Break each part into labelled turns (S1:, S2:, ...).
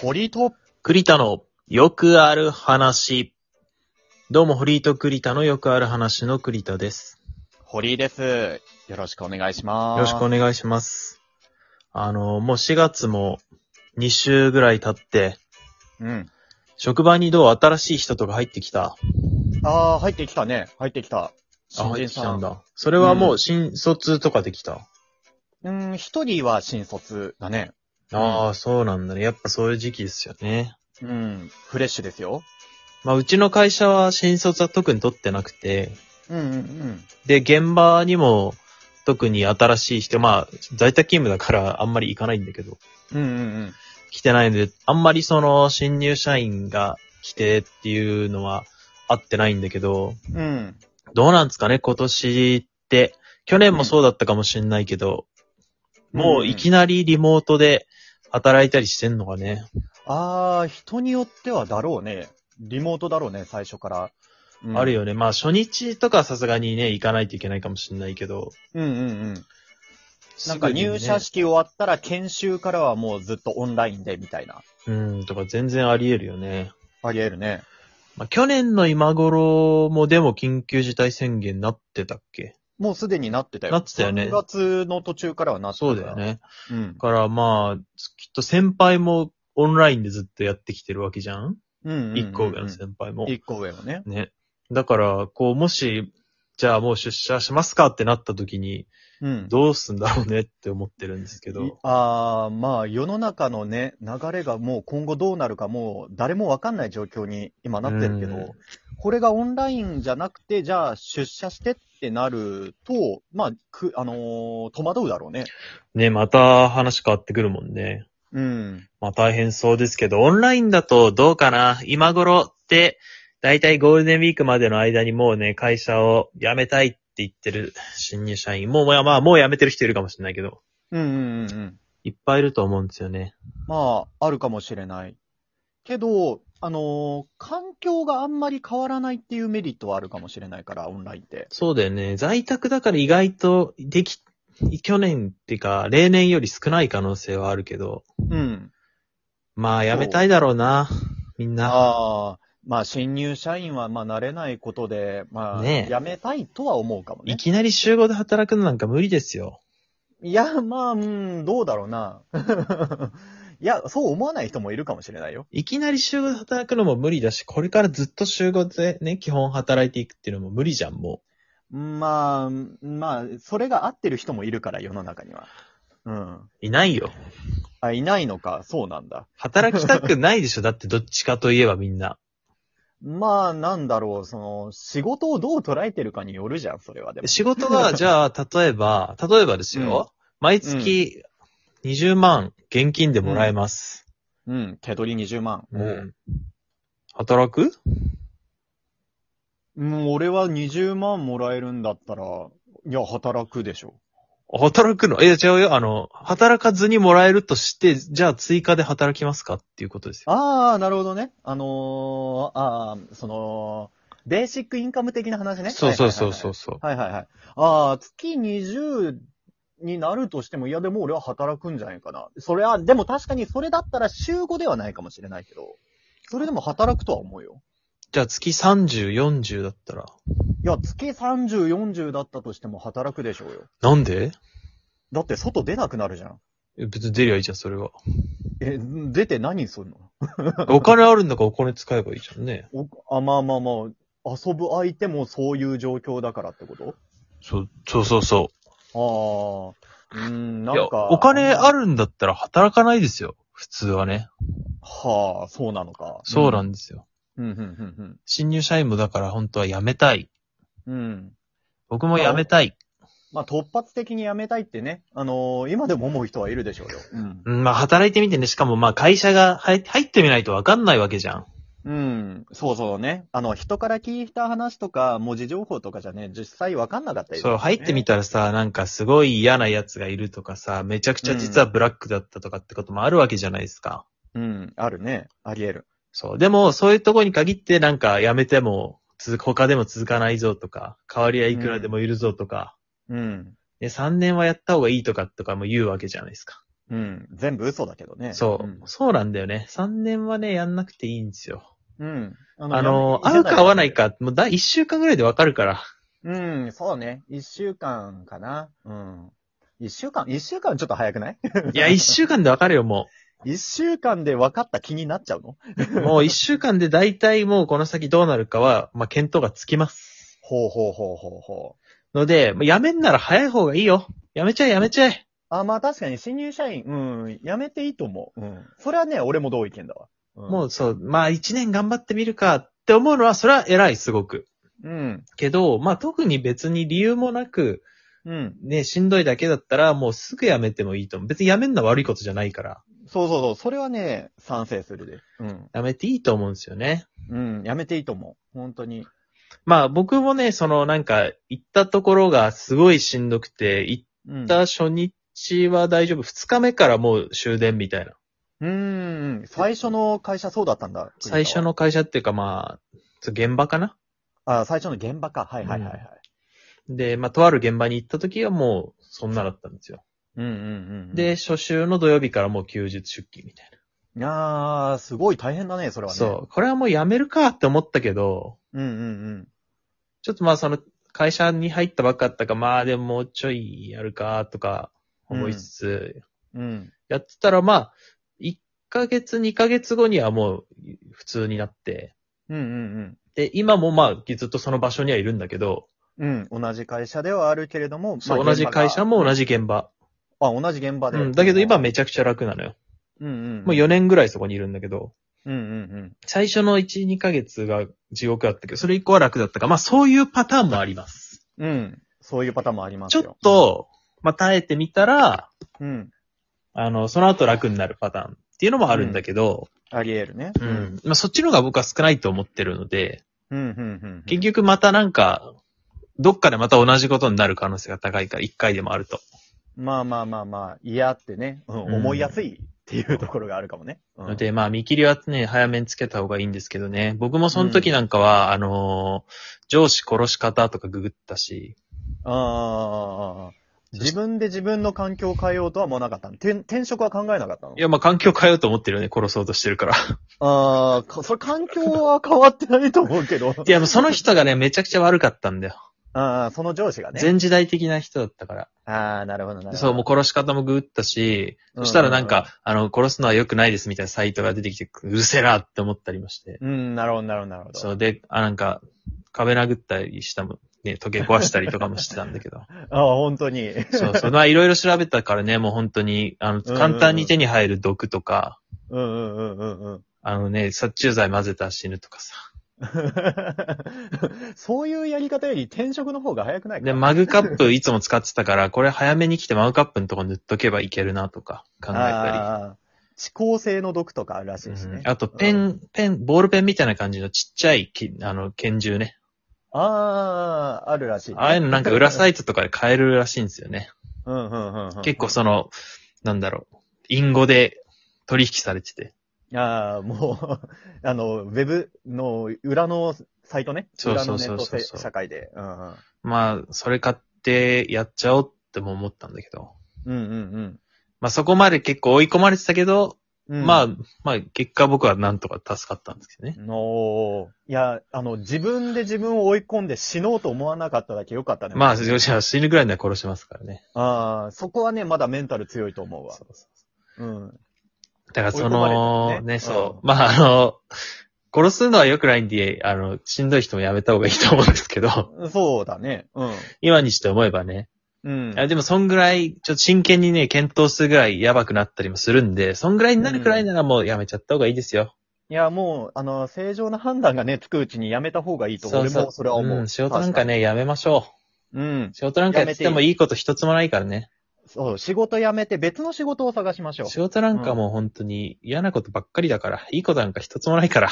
S1: 堀と、
S2: 栗田のよくある話。どうも、堀井と栗田のよくある話の栗田です。
S1: 堀井です。よろしくお願いしま
S2: よ
S1: す。
S2: ろしくお
S1: い
S2: 願いします。あの、もう4月も2週ぐらい経って、
S1: うん。
S2: 職場にどう新しい人とか入ってきた。
S1: あー、入ってきたね。入ってきた。
S2: あ、
S1: 新
S2: 入って
S1: 人
S2: きた
S1: さ
S2: ん
S1: ん。
S2: だ。それはも
S1: う
S2: う新卒とかできた。
S1: うん、一人は新卒だね。
S2: ああ、そうなんだね。やっぱそういう時期ですよね。
S1: うん、フレッシュですよ。
S2: まあ、うちの会社は新卒は特に取ってなくて、
S1: うんうんうん。
S2: で、現場にも特に新しい人、まあ、在宅勤務だからあんまり行かないんだけど、
S1: うんうん
S2: 来てないので、あんまりその新入社員が来てっていうのはあってないんだけど、
S1: うん。うん。
S2: どうなんですかね、今年って。去年もそうだったかもしれないけど、もういきなりリモートで働いたりしてんのがね。
S1: あー、人によってはだろうね。リモートだろうね、最初から。うん
S2: ある。よね。まあ初日とかはさすがにね、行かないといけないかもしれないけど。
S1: うんうんうん。なん
S2: す
S1: か
S2: ぐにね
S1: 入社式終わったら研修からはもうずっとオンラインでみたいな。
S2: うん、とか全然あり得るよね。
S1: あり得るね。
S2: まあ、去年の今頃もでも緊急事態宣言なってたっけ
S1: もうすでになってたよ。
S2: なってたよね
S1: 3月の途中からはなってたか
S2: そ
S1: ら
S2: うだよ。ね。
S1: うん
S2: だ。からまあ、きっと先輩もオンラインでずっとやってきてるわけじゃん
S1: うん
S2: 一個上の
S1: ね。
S2: 先輩も。
S1: 一個上のね。
S2: ね。だから、こう、もし、じゃあもう出社しますかってなった時に、
S1: うん。
S2: どうすんだろうねって思ってるんですけ
S1: い
S2: ど。
S1: ああ、まあ世の中のね、流れがもう今後どうなるかもう誰もわかんない状況に今なってるけど、
S2: うん
S1: これがオンラインじゃなくて、じゃあ出社してってなると、まあ、く、あのー戸惑うだろうね。
S2: ね、また話変わってくるもんね。
S1: うん。
S2: まあ大変そうですけど、オンラインだとどうかな今頃って、だいたいゴールデンウィークまでの間にもうね、会社を辞めたいって言ってる新入社員も、まあまあ、もう辞めてる人いるかもしれないけど、
S1: うんうんうんうん。
S2: いっぱいいると思うんですよね。
S1: まあ、あるかもしれない。けど、あのー環境があんまり変わらないっていうメリットはあるかもしれないから、オンラインって。
S2: そうだよね。在宅だから意外とでき、去年っていうか、例年より少ない可能性はあるけど、
S1: うん。
S2: まあ辞めたいだろうな、みんな。
S1: ああ、まあ、新入社員は、まあ、慣れないことで、まあ、
S2: ねえ
S1: やめたいとは思うかもね
S2: い。きなり集合で働くのなんか無理ですよ。
S1: いや、まあ、うん、どうだろうな。 いや、そう思わない人もいるかもしれないよ。
S2: いきなり集合で働くのも無理だし、これからずっと集合でね、基本働いていくっていうのも無理じゃん、も
S1: まあ、まあ、それが合ってる人もいるから、世の中には。うん。
S2: う。いないよ。
S1: あ、いないのか、そうなんだ。
S2: 働きたくないで しょ、だってどっちかといえばみんな。
S1: まあ、なんだろう、その、仕事をどう捉えてるかによるじゃん、それはでも。
S2: 仕事が、じゃあ、例えば、例えばですよ、毎月20万現金でもらえます。
S1: うん、手取り20万。
S2: うん働く
S1: うん、俺は20万もらえるんだったら、いや、働くでしょ。
S2: 働くのいや、違うよ。あの、働かずにもらえるとして、じゃあ追加で働きますかっていうことですよ。
S1: ああ、なるほどね。あのー、ああ、その、ベーシックインカム的な話ね。
S2: そうそうそうそうそう。
S1: はいはいはいはい。はいはいはい。ああ、月20になるとしても、いや、でも俺は働くんじゃないかな。それは、でも確かにそれだったら週5ではないかもしれないけど、それでも働くとは思うよ。
S2: じゃあ月30、40だったら。
S1: いや、月30、40だったとしても働くでしょうよ。
S2: なんで
S1: だって外出なくなるじゃん。
S2: え別に出りゃいいじゃん、それは。
S1: え、出て何するの
S2: お金あるんだからお金使えばいいじゃんね。
S1: おあ、まあまあまあ、遊ぶ相手もそういう状況だからってこと
S2: そう、そうそうそ
S1: ああ、うーん、
S2: う。
S1: ない
S2: や、
S1: んか。
S2: お金あ
S1: る
S2: るんだったら働かないですよ。普通はね。
S1: はあ、そうなのか。
S2: そうなんんですよ。
S1: うん、うん、
S2: 新入社員もだから本当は辞めたい。
S1: うん、うん。うん。
S2: 僕も辞めたい。
S1: まあ、突発的に辞めたいってね、あのー今でも思う人はいるでしょうよ。うん。
S2: うん、まあ働いてみてね。しかもまあ会社が入入ってみないとわかんないわけじゃん。
S1: うん、そうそうね。あの、人から聞いた話とか、文字情報とかじゃね、実際わかんなかったり、
S2: そう、入ってみ
S1: た。
S2: たらさ、なんかすごい嫌な奴がいるとかさ、めちゃくちゃ実はブラックだったとかってこともあるわけじゃないですか。
S1: うん、あるね。あり得る。
S2: そう。でも、そういうとこに限ってなんかやめても、続く他でも続かないぞとか、代わりはいくらでもいるぞとか、
S1: うん。
S2: ね、3年はやった方がいいとかとかも言うわけじゃないですか。
S1: うん。全部嘘だけどね。
S2: そう、
S1: ん
S2: そうなんだよね。3年はね、やんなくていいんですよ。
S1: うん。あ
S2: あの、合うか合わない。か、もう第1週間ぐらいでわかるから。
S1: うん、そうね。一週間かな。うん。一週間一週間はちょっと早くない
S2: いや、1 週間でわかるよ、も
S1: 一週間で分かった気になっちゃうの
S2: う。もう1週間で大体もうこの先どうなるかは、まあ、検討がつきます。
S1: ほうほうほうほうほう。
S2: ので、まあやめんなら早い方がいいよ。やめちゃえ、やめちゃえ。
S1: あ、まあ確かに新入社員、うん、やめていいと思う。うん。それはね、俺も同意見だわ。うん、
S2: もうそう、まあ1年頑張ってみるかって思うのは、それは偉い、すごく。
S1: うん、
S2: けど、まあ特に別に理由もなく、
S1: うん。
S2: ね、しんどいだけだったら、もうすぐやめてもいいと思う。別にやめんのは悪いことじゃないから、
S1: そうそうそう。それはね、賛成するで。うん。
S2: やめていいと思うんですよね。
S1: うん、やめていいと思う。本当に。
S2: まあ僕もね、そのなんか、行ったところがすごいしんどくて、行っ
S1: うん。
S2: た初日は大丈夫。二日目からもう終電みたいな。
S1: うん。最初の会社そうだったんだ。
S2: 最初。の会社っていうかまあ、現場かな
S1: あ、最初の現場か。はいはいはいはい。
S2: で、まあ、とある現場に行った時はもう、そんなだったんですよ。
S1: うんうんうんうん。
S2: で、、初週の土曜日からもう休日出勤みたい
S1: あー、すごい大変だね、それ
S2: な。
S1: はね。
S2: そう。これはもうやめるかって思ったけど、
S1: う。うんうん
S2: ちょっとまあその、会社に入ったばっかだったか、まあでももうちょいやるかとか思いつつ、
S1: うん。うん。
S2: やってたらまあ、1ヶ月、2ヶ月後にはもう普通になって、
S1: うんうん
S2: で、今もまあずっとその場所にはいるんだけど、
S1: うん。うん。同じ会社ではあるけれども、
S2: そう、
S1: まあ
S2: 同じ会社。も同じ現場。
S1: 現場があ、同じ現場で。
S2: うん、だけど今、めちゃくちゃ楽なのよ。
S1: うんうん。
S2: もう4。年ぐらいそこにいるんだけど、
S1: うんうん
S2: 最初の1、2ヶ月が地獄だったけど、それ以降は楽だったか。まあそういうパターンもあります。
S1: うん。うん。そういうパターンもあります
S2: ちょ
S1: よ。
S2: っ、と、まあ耐えてみたら、
S1: うん。
S2: あの、その後楽になるパターンっていうのもあるんだけど、
S1: あり得るね。
S2: うん。。まあそっちの方が僕は少ないと思ってるので、
S1: うんうんうん。
S2: 結局またなんか、どっかでまた同じことになる可能性が高いから、1回でもあると。
S1: まあまあまあまあ、嫌ってね、うん
S2: うん
S1: 思いやすいっていうところがあるかもね。う
S2: の
S1: ん、
S2: で、まあ見切りはね、早めにつけた方がいいんですけどね。僕もその時なんかは、あのー上司殺し方とかググったし、
S1: ああ、自分で自分の環境を変えようとは思わなかったの。転転職は考えなかったの
S2: いやまあ環境変えようと思ってるよね、殺そうとしてるから。
S1: ああ、かそれ環境は変わってないと思うけど。
S2: いや、もうその人がね、めちゃくちゃ悪かったんだよ。
S1: ああ、その上司がね。
S2: 全時代的な人だったから。
S1: ああ、なるほど、なるほど。
S2: そう、もう殺し方もググったし、そしたらなんか、あの、殺すのは良くないですみたいなサイトが出てきて、うるせえなって思ったりまして。
S1: うん。うん、なるほど、なるほど、なるほど。
S2: そう、で、あ、なんか、壁殴ったりしたもん、ね、時計壊したりとかもしてたん だけど。
S1: ああ、本当に。
S2: そうそう。まあ、いろいろ調べたからね、もう本当に、あの、
S1: うんうん
S2: 簡単に手に入る毒とか、
S1: うんうんうんうんうん。
S2: あのね、殺虫剤混ぜたら死ぬとかさ。
S1: そういうやり方より転職の方が早くないか
S2: で、マグカップいつも使ってたから、これ早めに来てマグカップのとこ塗っとけばいけるなとか考えたり。
S1: ああ、遅効性の毒とかあるらしいですね。
S2: あと、ペン、ペン、ボールペンみたいな感じのちっちゃいき、あの、拳銃ね。
S1: ああ、あるらしい、
S2: ああいうのなんか裏サイトとかで買えるらしいんですよね。
S1: うんうんうんうん。
S2: 結構その、なんだろう、インゴで取引されてて。
S1: ああ、もう、 あの、ウェブの裏のサイトね。
S2: そうそうそうそう
S1: 裏のネット社会で。うんうん
S2: まあ、それ買ってやっちゃおうっても思ったんだけど。
S1: うんうん
S2: まあそこまで結構追い込まれてたけど、
S1: うん。
S2: まあ、まあ結果僕はなんとか助かったんですけどね。
S1: あ、のいや、あの、自分で自分を追い込んで死のうと思わなかっただけよかったね。
S2: まあ、よし死ぬぐらいなら殺しますからね。
S1: ああ、そこはね、まだメンタル強いと思うわ
S2: そ。うそう
S1: うん。
S2: だからそ
S1: 追い込まれ
S2: の、
S1: て
S2: ね
S1: ね
S2: そう。
S1: う
S2: まあ、あの、殺すのは良くないんで、あの、しんどい人もやめた方がいいと思うんですけど、
S1: そうだね。うん。
S2: 今にして思えばね。
S1: うん。
S2: あでも、そんぐらい、ちょっと真剣にね、検討するぐらいやばくなったりもするんで、そんぐらいになるくらいならもうやめちゃった方がいいですよ。
S1: いや、もう、あの、正常な判断がね、つくうちにやめた方がいいと、
S2: う
S1: 俺
S2: う
S1: もそれは思う。
S2: ん仕事なんかね、やめましょ
S1: 確かに。うん
S2: う。。仕事なんかやっててもいいこと一つもないからね。
S1: そう、仕事辞めて別の仕事を探しましょう。
S2: 仕事なんかもう本当に嫌なことばっかりだから、いいことなんか一つもないから。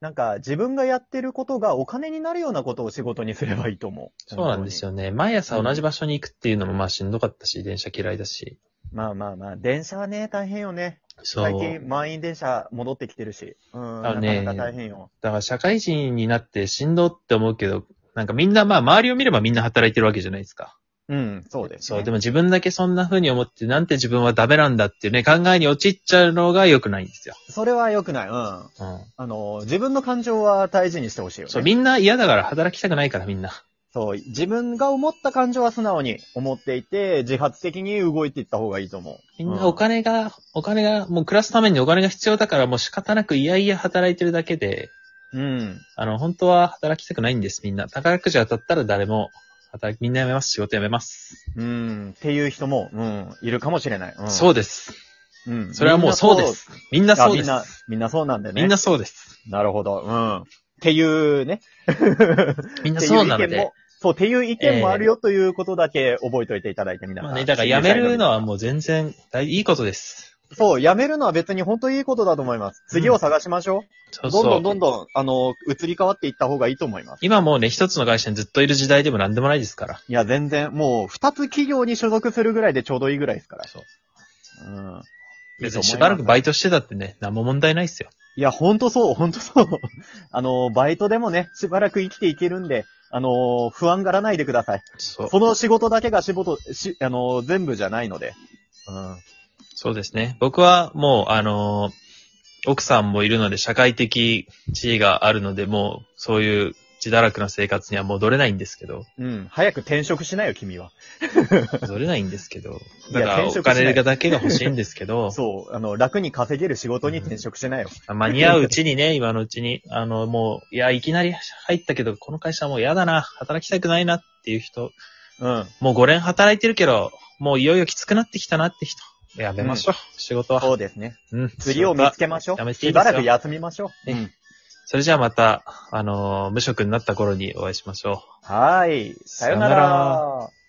S1: なんか、自分がやってることがお金になるようなことを仕事にすればいいと思う。
S2: そうなんです
S1: よ。
S2: よね。毎朝同じ場所に行くっていうのもまあしんどかったし、電車嫌いだし。
S1: まあまあまあ、電車はね、大変よね。
S2: そう。
S1: 最近、満員電車戻ってきてるし。うん、
S2: あ
S1: なか
S2: ね
S1: なか大変よ。
S2: だから社会人になってしんどって思うけど、なんかみんなまあ周りを見ればみんな働いてるわけじゃないですか。
S1: うん、そうです、
S2: そう、で
S1: も。
S2: も自分だけそんな風に思って、なんて自分はダメなんだっていうね、考えに陥っちゃうのが良くないんですよ。
S1: それは良くない。うん。あ
S2: うん。
S1: の、自分の感情は大事にしてほしいよね。
S2: そう、みんな嫌だから働きたくないからみんな。
S1: そう、自分が思った感情は素直に思っていて、自発的に動いていった方がいいと思う。
S2: みんなお
S1: か
S2: 金が、お金が、もう暮らすためにお金が必要だからもう仕方なくいやいや働いてるだけで、
S1: うん。
S2: あの、本当は働きたくないんです、みんな。宝くじ当たったら誰も、働き、みんな辞めます、仕事辞めます。
S1: うん。っていう人も、うん、いるかもしれない。うん。
S2: そうです。
S1: う。うん。
S2: それはもうそうです。みんな
S1: あ
S2: そう
S1: み
S2: で
S1: ん
S2: す。
S1: な、みんなそうなんだよね。
S2: みんなそうです。
S1: なるほど。うん。っていうね。
S2: みんなそうなの
S1: っていう意見
S2: で
S1: も。そう、っていう意見もあるよということだけ覚えておいていただいてみな
S2: まあね、だから辞めるのはもう全然大、いいことです。
S1: そう、辞めるのは別に本当にいいことだと思います。次を探しましょ。
S2: そううそう。
S1: どんどんどんどん、あの、移り変わっていった方がいいと思います。
S2: 今もうね、一つの会社にずっといる時代でも何でもないですから。
S1: いや、全然、もう、二つ企業に所属するぐらいでちょうどいいぐらいですから。
S2: そう。
S1: うん。
S2: 別にしばらく
S1: イ
S2: バイトしてたってね、何も問題ないですよ。
S1: いや、ほんとそう、ほんとそう。 あの、バイトでもね、しばらく生きていけるんで、あの、不安がらないでください。
S2: そう。
S1: その仕事だけが仕事、し、あの、全部じゃないので。うん。
S2: そうですね。僕はもう、あのー奥さんもいるので、社会的地位があるので、もう、そういう自堕落な生活には戻れないんです けど、
S1: うん。早く転職しなよ、君は。
S2: 戻れないんですけど、
S1: い
S2: だ
S1: や
S2: から
S1: 転
S2: お
S1: 職しない
S2: 金がだけが欲しいんです けど、
S1: そう。あの、楽に稼げる仕事に転職しなよ。
S2: 間に合ううちにね、今 のうちに、あの、もう、いや、いきなり入ったけど、この会社もう嫌だな、働きたくないなっていう人、
S1: うん。
S2: もう5年働いてるけど、もういよいよきつくなってきたなって人、やめましょう、仕事は。
S1: そうですね。
S2: うん。
S1: 釣りを見つけましょ
S2: やめ
S1: う。
S2: て
S1: し
S2: いいですよ
S1: ばらく休みましょう。
S2: ね
S1: うん。
S2: それじゃあまた、あのー無職になった頃にお会いしましょう。
S1: はーい。さよな
S2: さよ
S1: ら。